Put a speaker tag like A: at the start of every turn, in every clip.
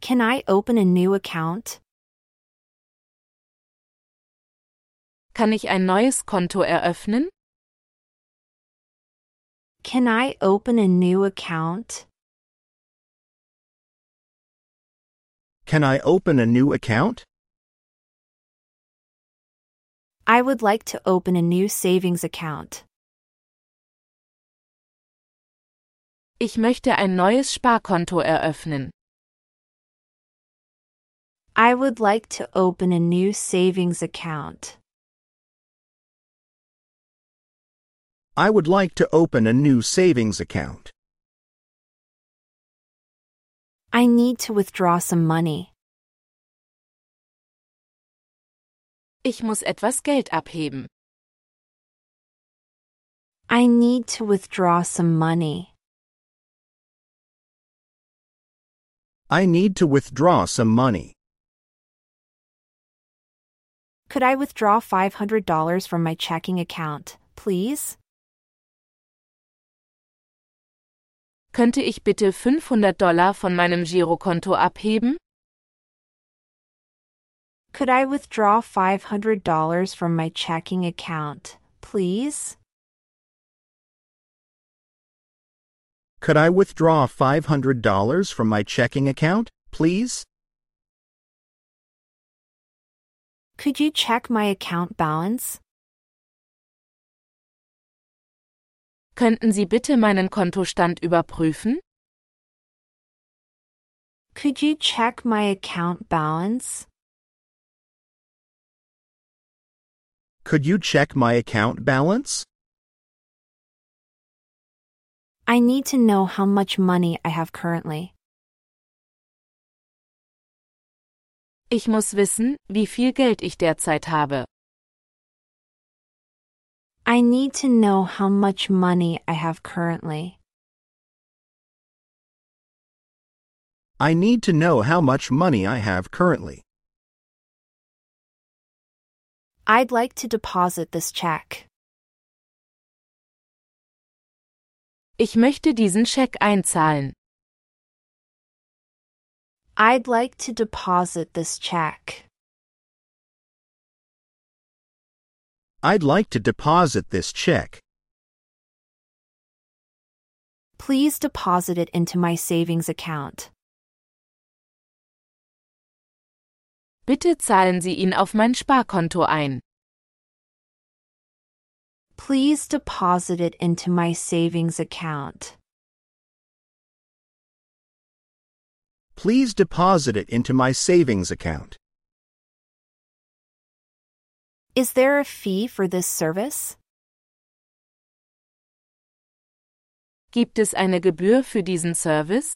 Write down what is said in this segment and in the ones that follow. A: Can I open a new account?
B: Kann ich ein neues Konto eröffnen?
A: Can I open a new account?
C: Can I open a new account?
A: I would like to open a new savings account.
B: Ich möchte ein neues Sparkonto eröffnen.
A: I would like to open a new savings account.
C: I would like to open a new savings account.
A: I need to withdraw some money.
B: Ich muss etwas Geld abheben.
A: I need to withdraw some money.
C: I need to withdraw some money.
A: Could I withdraw $500 from my checking account, please?
B: Könnte ich bitte 500 Dollar von meinem Girokonto abheben?
A: Could I withdraw $500 from my checking account, please?
C: Could I withdraw $500 from my checking account, please?
A: Could you check my account balance?
B: Könnten Sie bitte meinen Kontostand überprüfen?
A: Could you check my account balance?
C: Could you check my account balance?
A: I need to know how much money I have currently.
B: Ich muss wissen, wie viel Geld ich derzeit habe.
A: I need to know how much money I have currently.
C: I need to know how much money I have currently.
A: I'd like to deposit this check.
B: Ich möchte diesen Scheck einzahlen.
A: I'd like to deposit this check.
C: I'd like to deposit this check.
A: Please deposit it into my savings account.
B: Bitte zahlen Sie ihn auf mein Sparkonto ein.
A: Please deposit it into my savings account.
C: Please deposit it into my savings account.
A: Is there a fee for this service?
B: Gibt es eine Gebühr für diesen Service?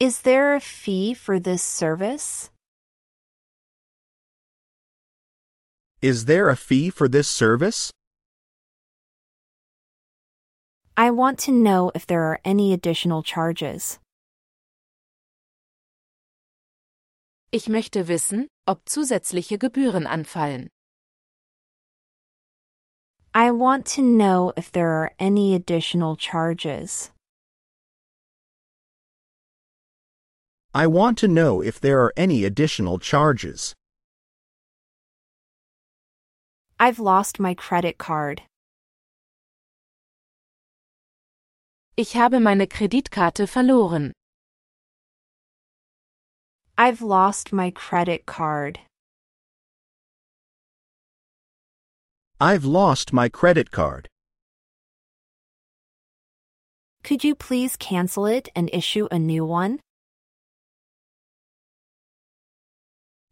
A: Is there a fee for this service?
C: Is there a fee for this service?
A: I want to know if there are any additional charges.
B: Ich möchte wissen, ob zusätzliche Gebühren anfallen.
A: I want to know if there are any additional charges.
C: I want to know if there are any additional charges.
A: I've lost my credit card.
B: Ich habe meine Kreditkarte verloren.
A: I've lost my credit card.
C: I've lost my credit card.
A: Could you please cancel it and issue a new one?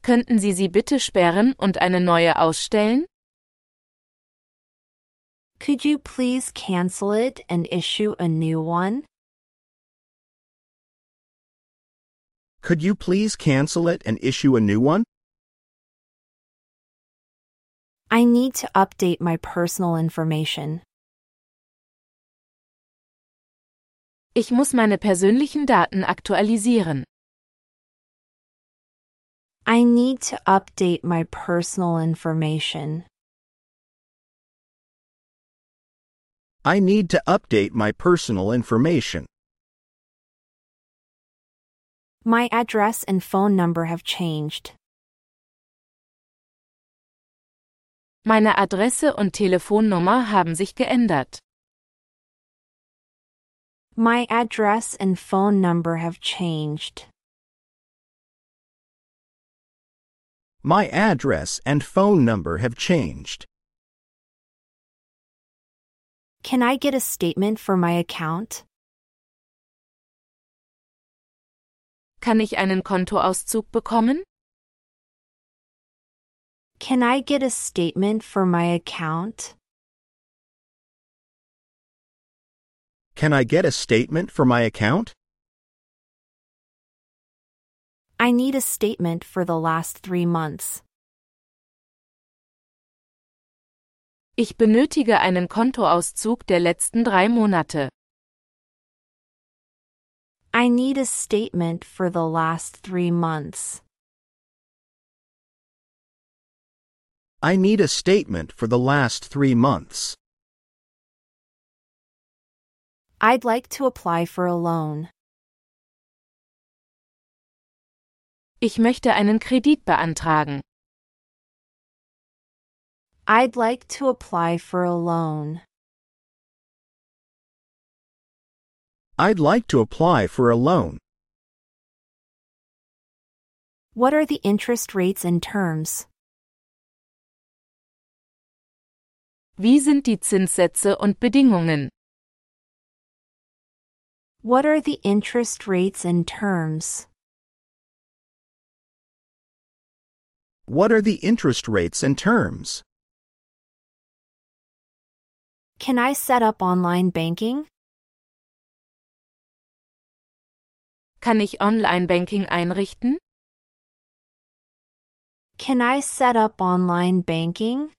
B: Könnten Sie sie bitte sperren und eine neue ausstellen?
A: Could you please cancel it and issue a new one?
C: Could you please cancel it and issue a new one?
A: I need to update my personal information.
B: Ich muss meine persönlichen Daten aktualisieren.
A: I need to update my personal information.
C: I need to update my personal information.
A: My address and phone number have changed.
B: Meine Adresse und Telefonnummer haben sich geändert.
A: My address and phone number have changed.
C: My address and phone number have changed.
A: Can I get a statement for my account?
B: Kann ich einen Kontoauszug bekommen?
A: Can I get a statement for my account?
C: Can I get a statement for my account?
A: I need a statement for the last three months.
B: Ich benötige einen Kontoauszug der letzten drei Monate.
A: I need a statement for the last three months.
C: I need a statement for the last three months.
A: I'd like to apply for a loan.
B: Ich möchte einen Kredit beantragen.
A: I'd like to apply for a loan.
C: I'd like to apply for a loan.
A: What are the interest rates and terms?
B: Wie sind die Zinssätze und Bedingungen?
A: What are the interest rates and terms?
C: What are the interest rates and terms?
A: Can I set up online banking?
B: Kann ich Online-Banking einrichten?
A: Can I set up online banking?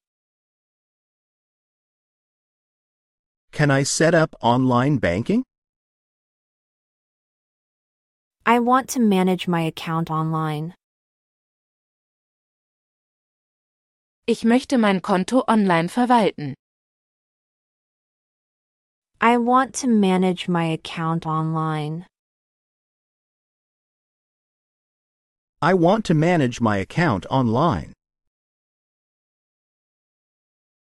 C: Can I set up online banking?
A: I want to manage my account online.
B: Ich möchte mein Konto online verwalten.
A: I want to manage my account online.
C: I want to manage my account online.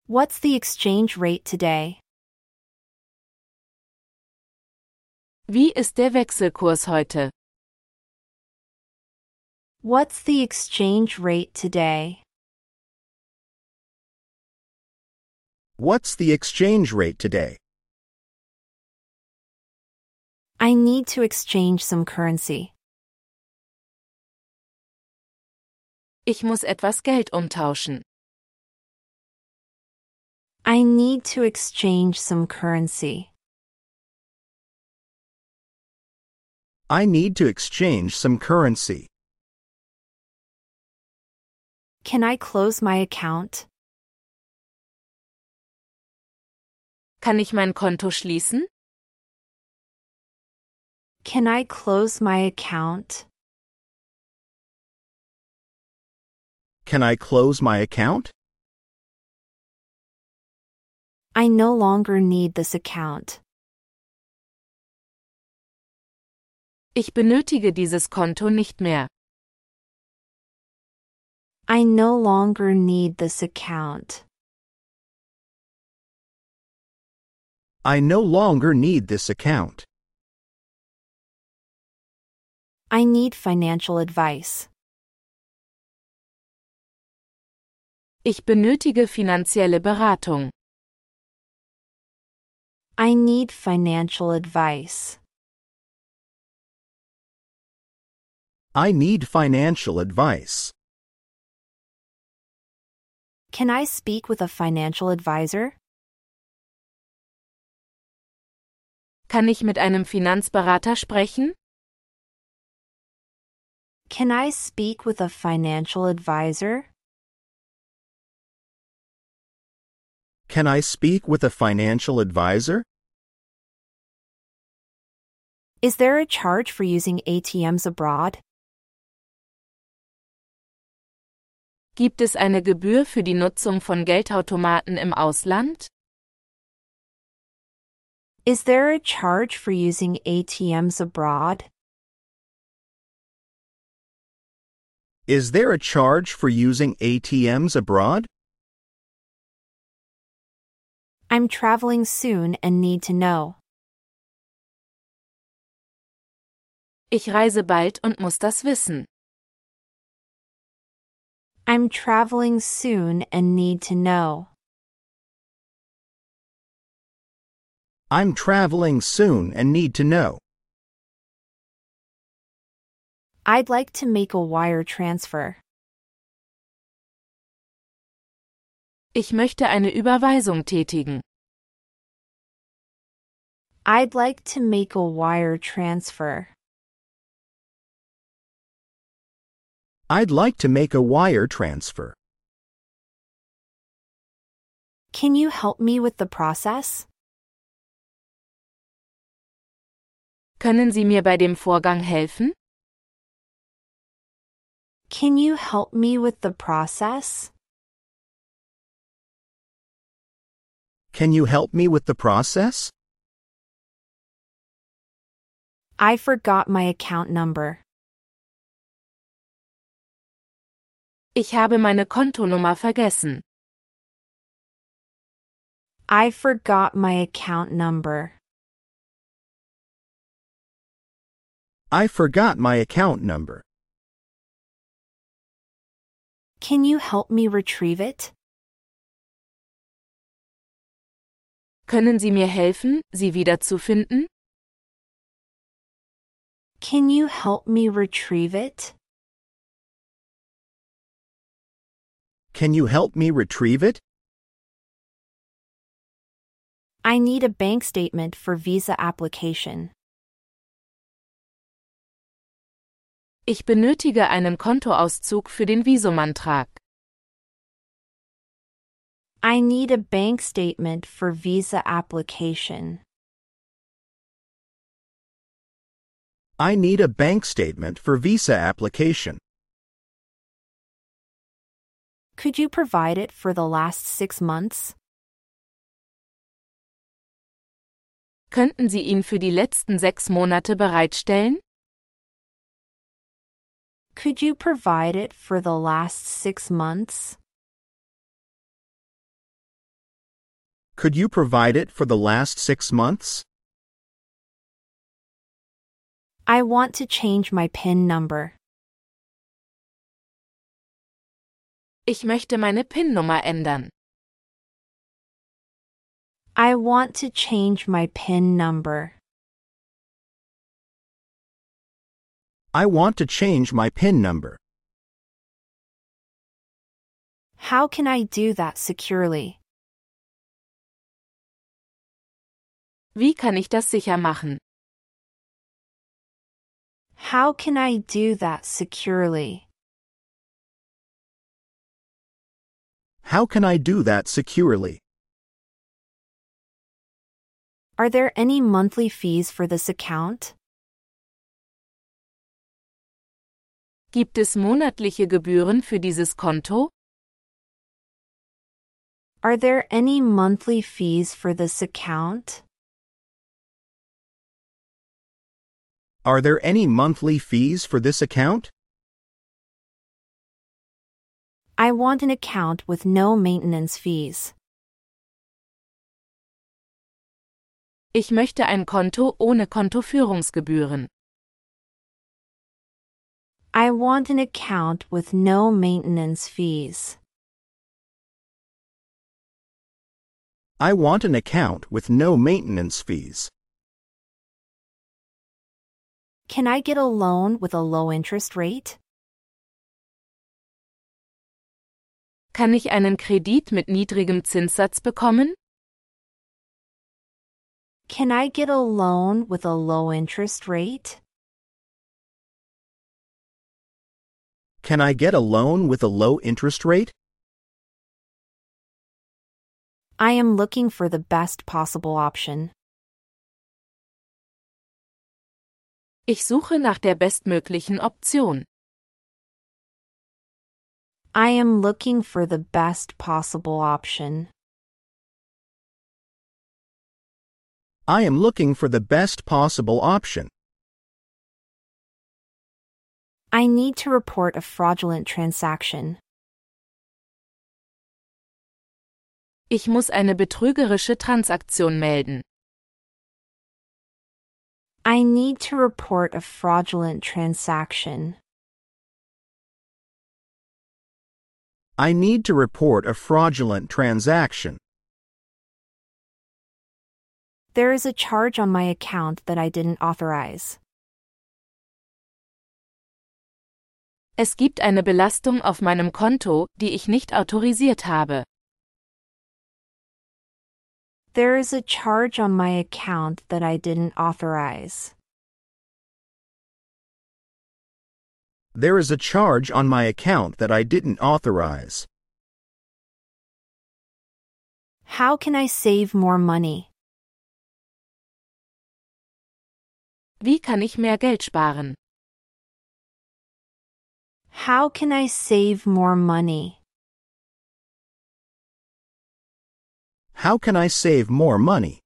A: What's the exchange rate today?
B: Wie ist der Wechselkurs heute?
A: What's the exchange rate today?
C: What's the exchange rate today?
A: I need to exchange some currency.
B: Ich muss etwas Geld umtauschen.
A: I need to exchange some currency.
C: I need to exchange some currency.
A: Can I close my account?
B: Kann ich mein Konto schließen?
A: Can I close my account?
C: Can I close my account?
A: I no longer need this account.
B: Ich benötige dieses Konto nicht mehr.
A: I no longer need this account.
C: I no longer need this account.
A: I need financial advice.
B: Ich benötige finanzielle Beratung.
A: I need financial advice.
C: I need financial advice.
A: Can I speak with a financial advisor?
B: Kann ich mit einem Finanzberater sprechen?
A: Can I speak with a financial advisor?
C: Can I speak with a financial advisor?
A: Is there a charge for using ATMs abroad?
B: Gibt es eine Gebühr für die Nutzung von Geldautomaten im Ausland?
A: Is there a charge for using ATMs abroad?
C: Is there a charge for using ATMs abroad?
A: I'm traveling soon and need to know.
B: Ich reise bald und muss das wissen.
A: I'm traveling soon and need to know.
C: I'm traveling soon and need to know.
A: I'd like to make a wire transfer.
B: Ich möchte eine Überweisung tätigen.
A: I'd like to make a wire transfer.
C: I'd like to make a wire transfer.
A: Can you help me with the process?
B: Können Sie mir bei dem Vorgang helfen?
A: Can you help me with the process?
C: Can you help me with the process?
A: I forgot my account number.
B: Ich habe meine Kontonummer vergessen.
A: I forgot my account number.
C: I forgot my account number.
A: Can you help me retrieve it?
B: Können Sie mir helfen, sie wiederzufinden?
A: Can you help me retrieve it?
C: Can you help me retrieve it?
A: I need a bank statement for visa application.
B: Ich benötige einen Kontoauszug für den Visumantrag.
A: I need a bank statement for visa application.
C: I need a bank statement for visa application.
A: Could you provide it for the last six months?
B: Könnten Sie ihn für die letzten sechs Monate bereitstellen?
A: Could you provide it for the last six months?
C: Could you provide it for the last six months?
A: I want to change my PIN number.
B: Ich möchte meine PIN-Nummer ändern.
A: I want to change my PIN number.
C: I want to change my PIN number.
A: How can I do that securely?
B: Wie kann ich das sicher machen?
A: How can I do that securely?
C: How can I do that securely?
A: Are there any monthly fees for this account?
B: Gibt es monatliche Gebühren für dieses Konto?
A: Are there any monthly fees for this account?
C: Are there any monthly fees for this account?
A: I want an account with no maintenance fees.
B: Ich möchte ein Konto ohne Kontoführungsgebühren.
A: I want an account with no maintenance fees.
C: I want an account with no maintenance fees.
A: Can I get a loan with a low interest rate?
B: Kann ich einen Kredit mit niedrigem Zinssatz bekommen?
A: Can I get a loan with a low interest rate?
C: Can I get a loan with a low interest rate?
A: I am looking for the best possible option.
B: Ich suche nach der bestmöglichen Option.
A: I am looking for the best possible option.
C: I am looking for the best possible option.
A: I need to report a fraudulent transaction.
B: Ich muss eine betrügerische Transaktion melden.
A: I need to report a fraudulent transaction.
C: I need to report a fraudulent transaction.
A: There is a charge on my account that I didn't authorize.
B: Es gibt eine Belastung auf meinem Konto, die ich nicht autorisiert habe.
A: There is a charge on my account that I didn't authorize.
C: There is a charge on my account that I didn't authorize.
A: How can I save more money?
B: Wie kann ich mehr Geld sparen?
A: How can I save more money?
C: How can I save more money?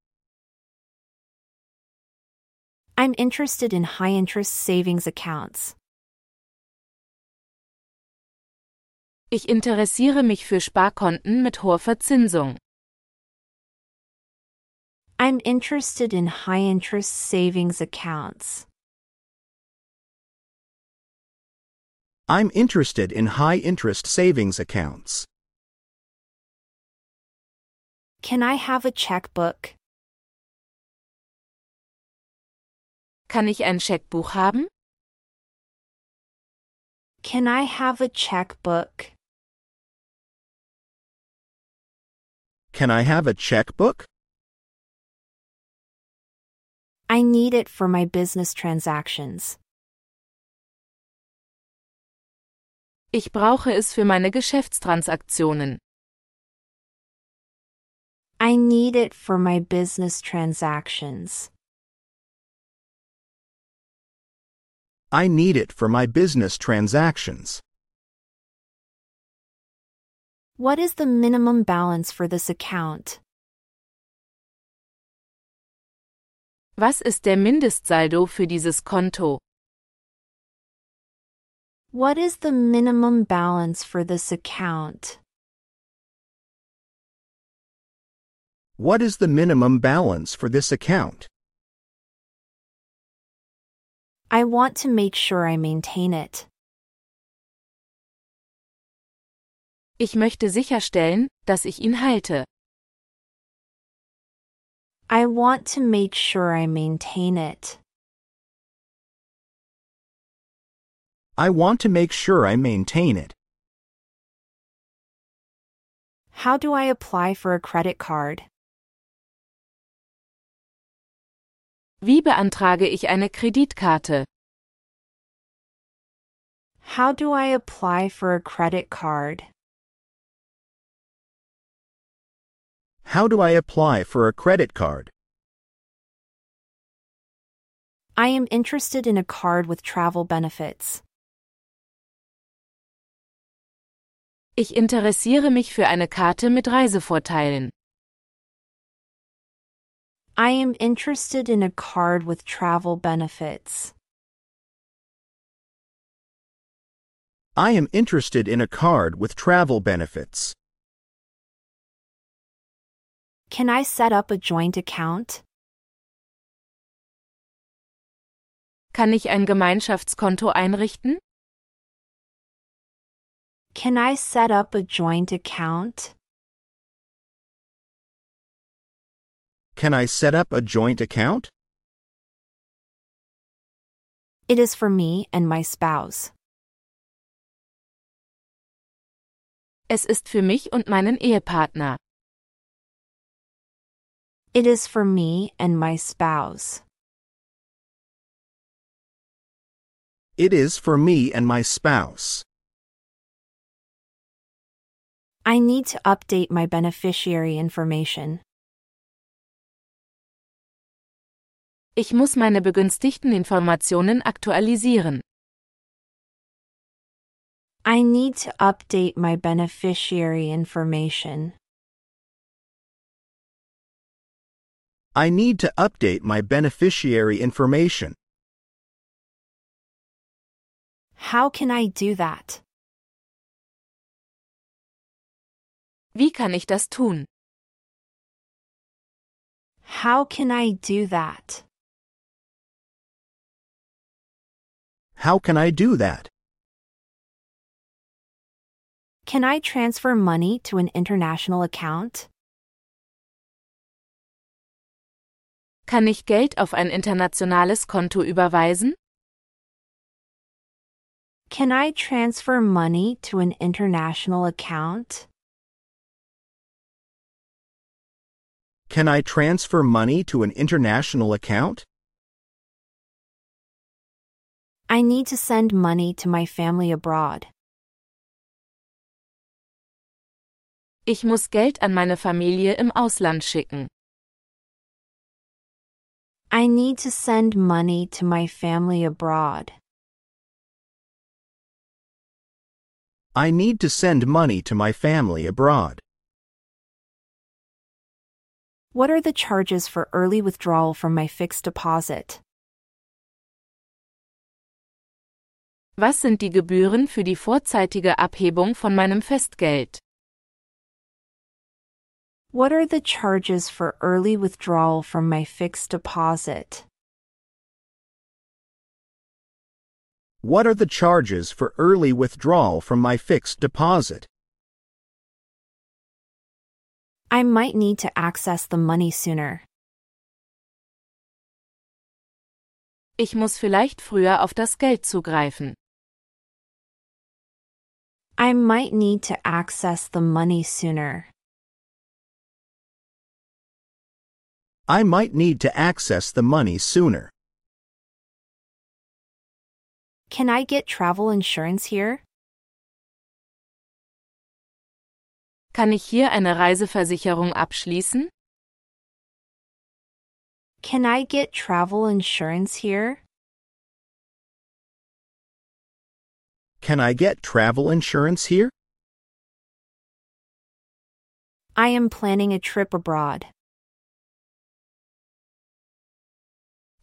A: I'm interested in high interest savings accounts.
B: Ich interessiere mich für Sparkonten mit hoher Verzinsung.
A: I'm interested in high interest savings accounts.
C: I'm interested in high interest savings accounts.
A: Can I have a checkbook?
B: Kann ich ein Scheckbuch haben?
A: Can I have a checkbook?
C: Can I have a checkbook?
A: I need it for my business transactions.
B: Ich brauche es für meine Geschäftstransaktionen.
A: I need it for my business transactions.
C: I need it for my business transactions.
A: What is the minimum balance for this account?
B: Was ist der Mindestsaldo für dieses Konto?
A: What is the minimum balance for this account?
C: What is the minimum balance for this account?
A: I want to make sure I maintain it.
B: Ich möchte sicherstellen, dass ich ihn halte.
A: I want to make sure I maintain it.
C: I want to make sure I maintain it.
A: How do I apply for a credit card?
B: Wie beantrage ich eine Kreditkarte?
A: How do I apply for a credit card?
C: How do I apply for a credit card?
A: I am interested in a card with travel benefits.
B: Ich interessiere mich für eine Karte mit Reisevorteilen.
A: I am interested in a card with travel benefits.
C: I am interested in a card with travel benefits.
A: Can I set up a joint account?
B: Kann ich ein Gemeinschaftskonto einrichten?
A: Can I set up a joint account?
C: Can I set up a joint account?
A: It is for me and my spouse.
B: Es ist für mich und meinen Ehepartner.
A: It is for me and my spouse.
C: It is for me and my spouse.
A: I need to update my beneficiary information.
B: Ich muss meine begünstigten Informationen aktualisieren.
A: I need to update my beneficiary information.
C: I need to update my beneficiary information.
A: How can I do that?
B: Wie kann ich das tun?
A: How can I do that?
C: How can I do that?
A: Can I transfer money to an international account?
B: Kann ich Geld auf ein internationales Konto überweisen?
A: Can I transfer money to an international account?
C: Can I transfer money to an international account?
A: I need to send money to my family abroad.
B: Ich muss Geld an meine Familie im Ausland schicken.
A: I need to send money to my family abroad.
C: I need to send money to my family abroad.
A: What are the charges for early withdrawal from my fixed deposit?
B: Was sind die Gebühren für die vorzeitige Abhebung von meinem Festgeld?
A: What are the charges for early withdrawal from my fixed deposit?
C: What are the charges for early withdrawal from my fixed deposit?
A: I might need to access the money sooner.
B: Ich muss vielleicht früher auf das Geld zugreifen.
A: I might need to access the money sooner.
C: I might need to access the money sooner.
A: Can I get travel insurance here?
B: Kann ich hier eine Reiseversicherung abschließen?
A: Can I get travel insurance here?
C: Can I get travel insurance here?
A: I am planning a trip abroad.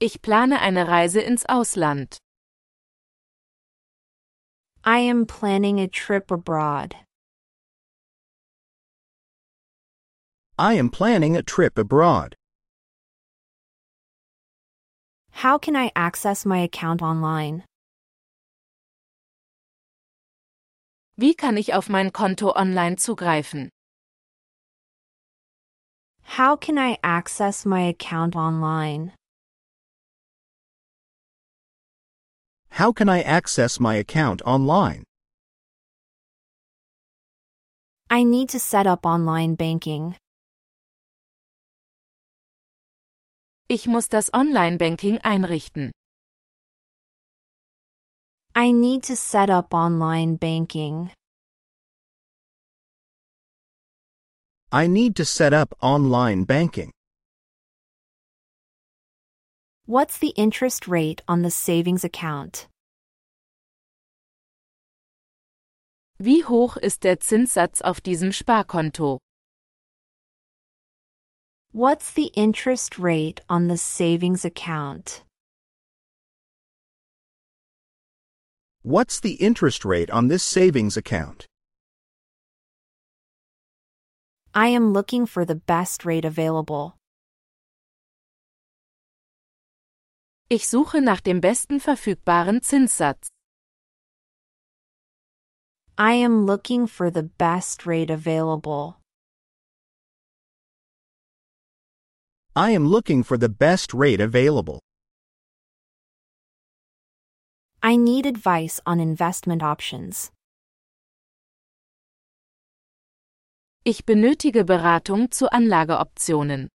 B: Ich plane eine Reise ins Ausland.
A: I am planning a trip abroad.
C: I am planning a trip abroad.
A: How can I access my account online?
B: Wie kann ich auf mein Konto online zugreifen?
A: How can I access my account online?
C: How can I access my account online?
A: I need to set up online banking.
B: Ich muss das Online-Banking einrichten.
A: I need to set up online banking.
C: I need to set up online banking.
A: What's the interest rate on the savings account?
B: Wie hoch ist der Zinssatz auf diesem Sparkonto?
A: What's the interest rate on the savings account?
C: What's the interest rate on this savings account?
A: I am looking for the best rate available.
B: Ich suche nach dem besten verfügbaren Zinssatz.
A: I am looking for the best rate available.
C: I am looking for the best rate available.
A: I need advice on investment options.
B: Ich benötige Beratung zu Anlageoptionen.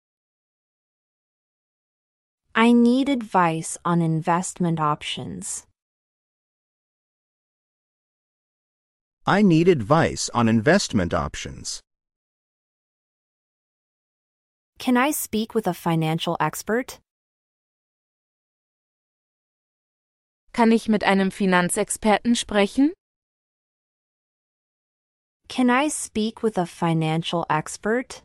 A: I need advice on investment options.
C: I need advice on investment options.
A: Can I speak with a financial expert?
B: Kann ich mit einem Finanzexperten sprechen?
A: Can I speak with a financial expert?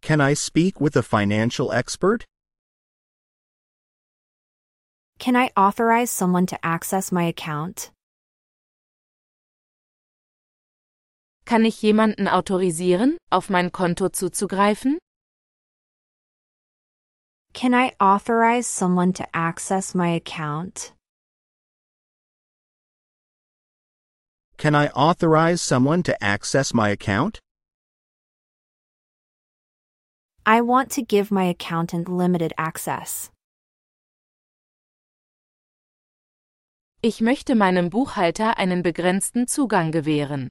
C: Can I speak with a financial expert?
A: Can I authorize someone to access my account?
B: Kann ich jemanden autorisieren, auf mein Konto zuzugreifen?
A: Can I authorize someone to access my account?
C: Can I authorize someone to access my account?
A: I want to give my accountant limited access.
B: Ich möchte meinem Buchhalter einen begrenzten Zugang gewähren.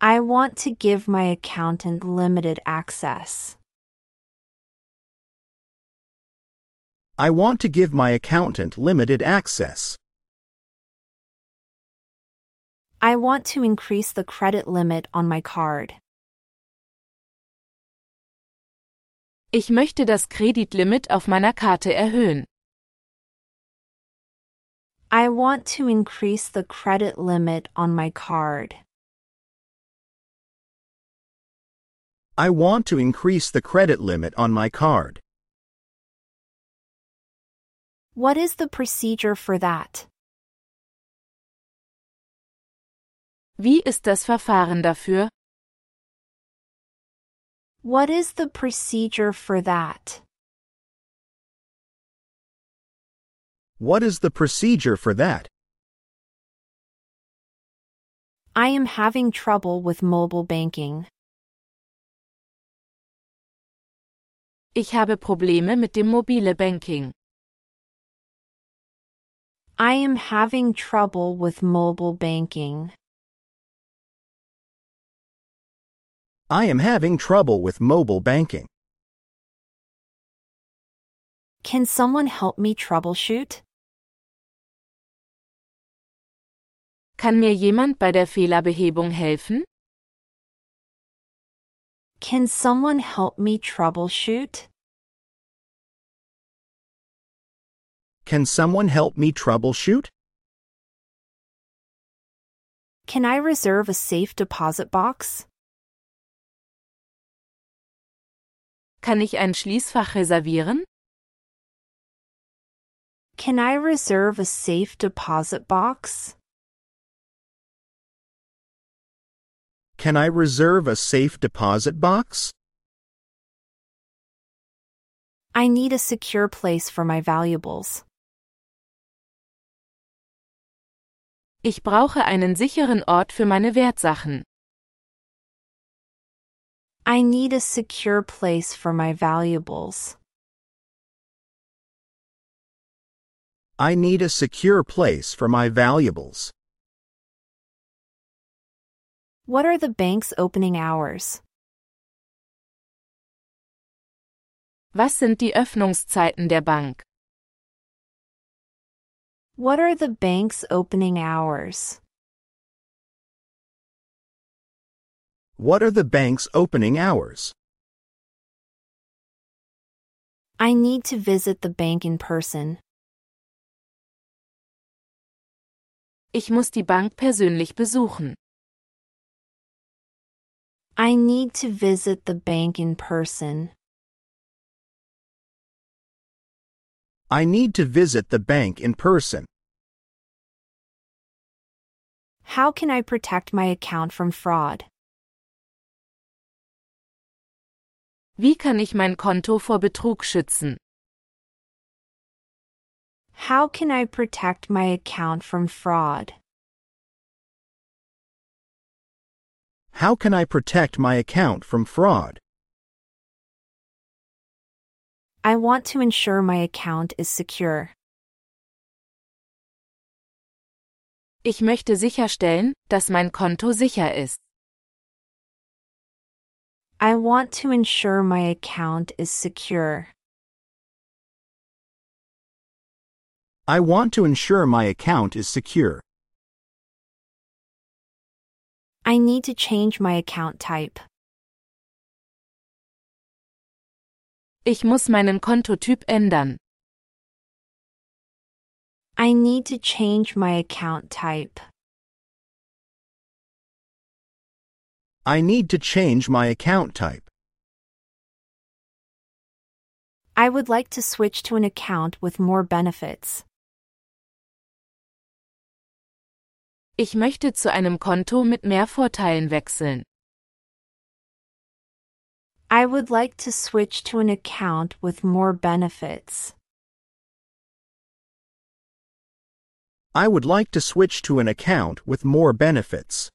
A: I want to give my accountant limited access.
C: I want to give my accountant limited access.
A: I want to increase the credit limit on my card.
B: Ich möchte das Kreditlimit auf meiner Karte erhöhen.
A: I want to increase the credit limit on my card.
C: I want to increase the credit limit on my card.
A: What is the procedure for that?
B: Wie ist das Verfahren dafür?
A: What is the procedure for that?
C: What is the procedure for that?
A: I am having trouble with mobile banking.
B: Ich habe Probleme mit dem mobile Banking.
A: I am having trouble with mobile banking.
C: I am having trouble with mobile banking.
A: Can someone help me troubleshoot?
B: Kann mir jemand bei der Fehlerbehebung helfen?
A: Can someone help me troubleshoot?
C: Can someone help me troubleshoot?
A: Can I reserve a safe deposit box?
B: Kann ich ein Schließfach reservieren?
A: Can I reserve a safe deposit box?
C: Can I reserve a safe deposit box?
A: I need a secure place for my valuables.
B: Ich brauche einen sicheren Ort für meine Wertsachen.
A: I need a secure place for my valuables.
C: I need a secure place for my valuables.
A: What are the bank's opening hours?
B: Was sind die Öffnungszeiten der Bank?
A: What are the bank's opening hours?
C: What are the bank's opening hours?
A: I need to visit the bank in person.
B: Ich muss die Bank persönlich besuchen.
A: I need to visit the bank in person.
C: I need to visit the bank in person.
A: How can I protect my account from fraud?
B: Wie kann ich mein Konto vor Betrug schützen?
A: How can I protect my account from fraud?
C: How can I protect my account from fraud?
A: I want to ensure my account is secure.
B: Ich möchte sicherstellen, dass mein Konto sicher ist.
A: I want to ensure my account is secure.
C: I want to ensure my account is secure.
A: I need to change my account type.
B: Ich muss meinen Kontotyp ändern.
A: I need to change my account type.
C: I need to change my account type.
A: I would like to switch to an account with more benefits.
B: Ich möchte zu einem Konto mit mehr Vorteilen wechseln.
A: I would like to switch to an account with more benefits.
C: I would like to switch to an account with more benefits.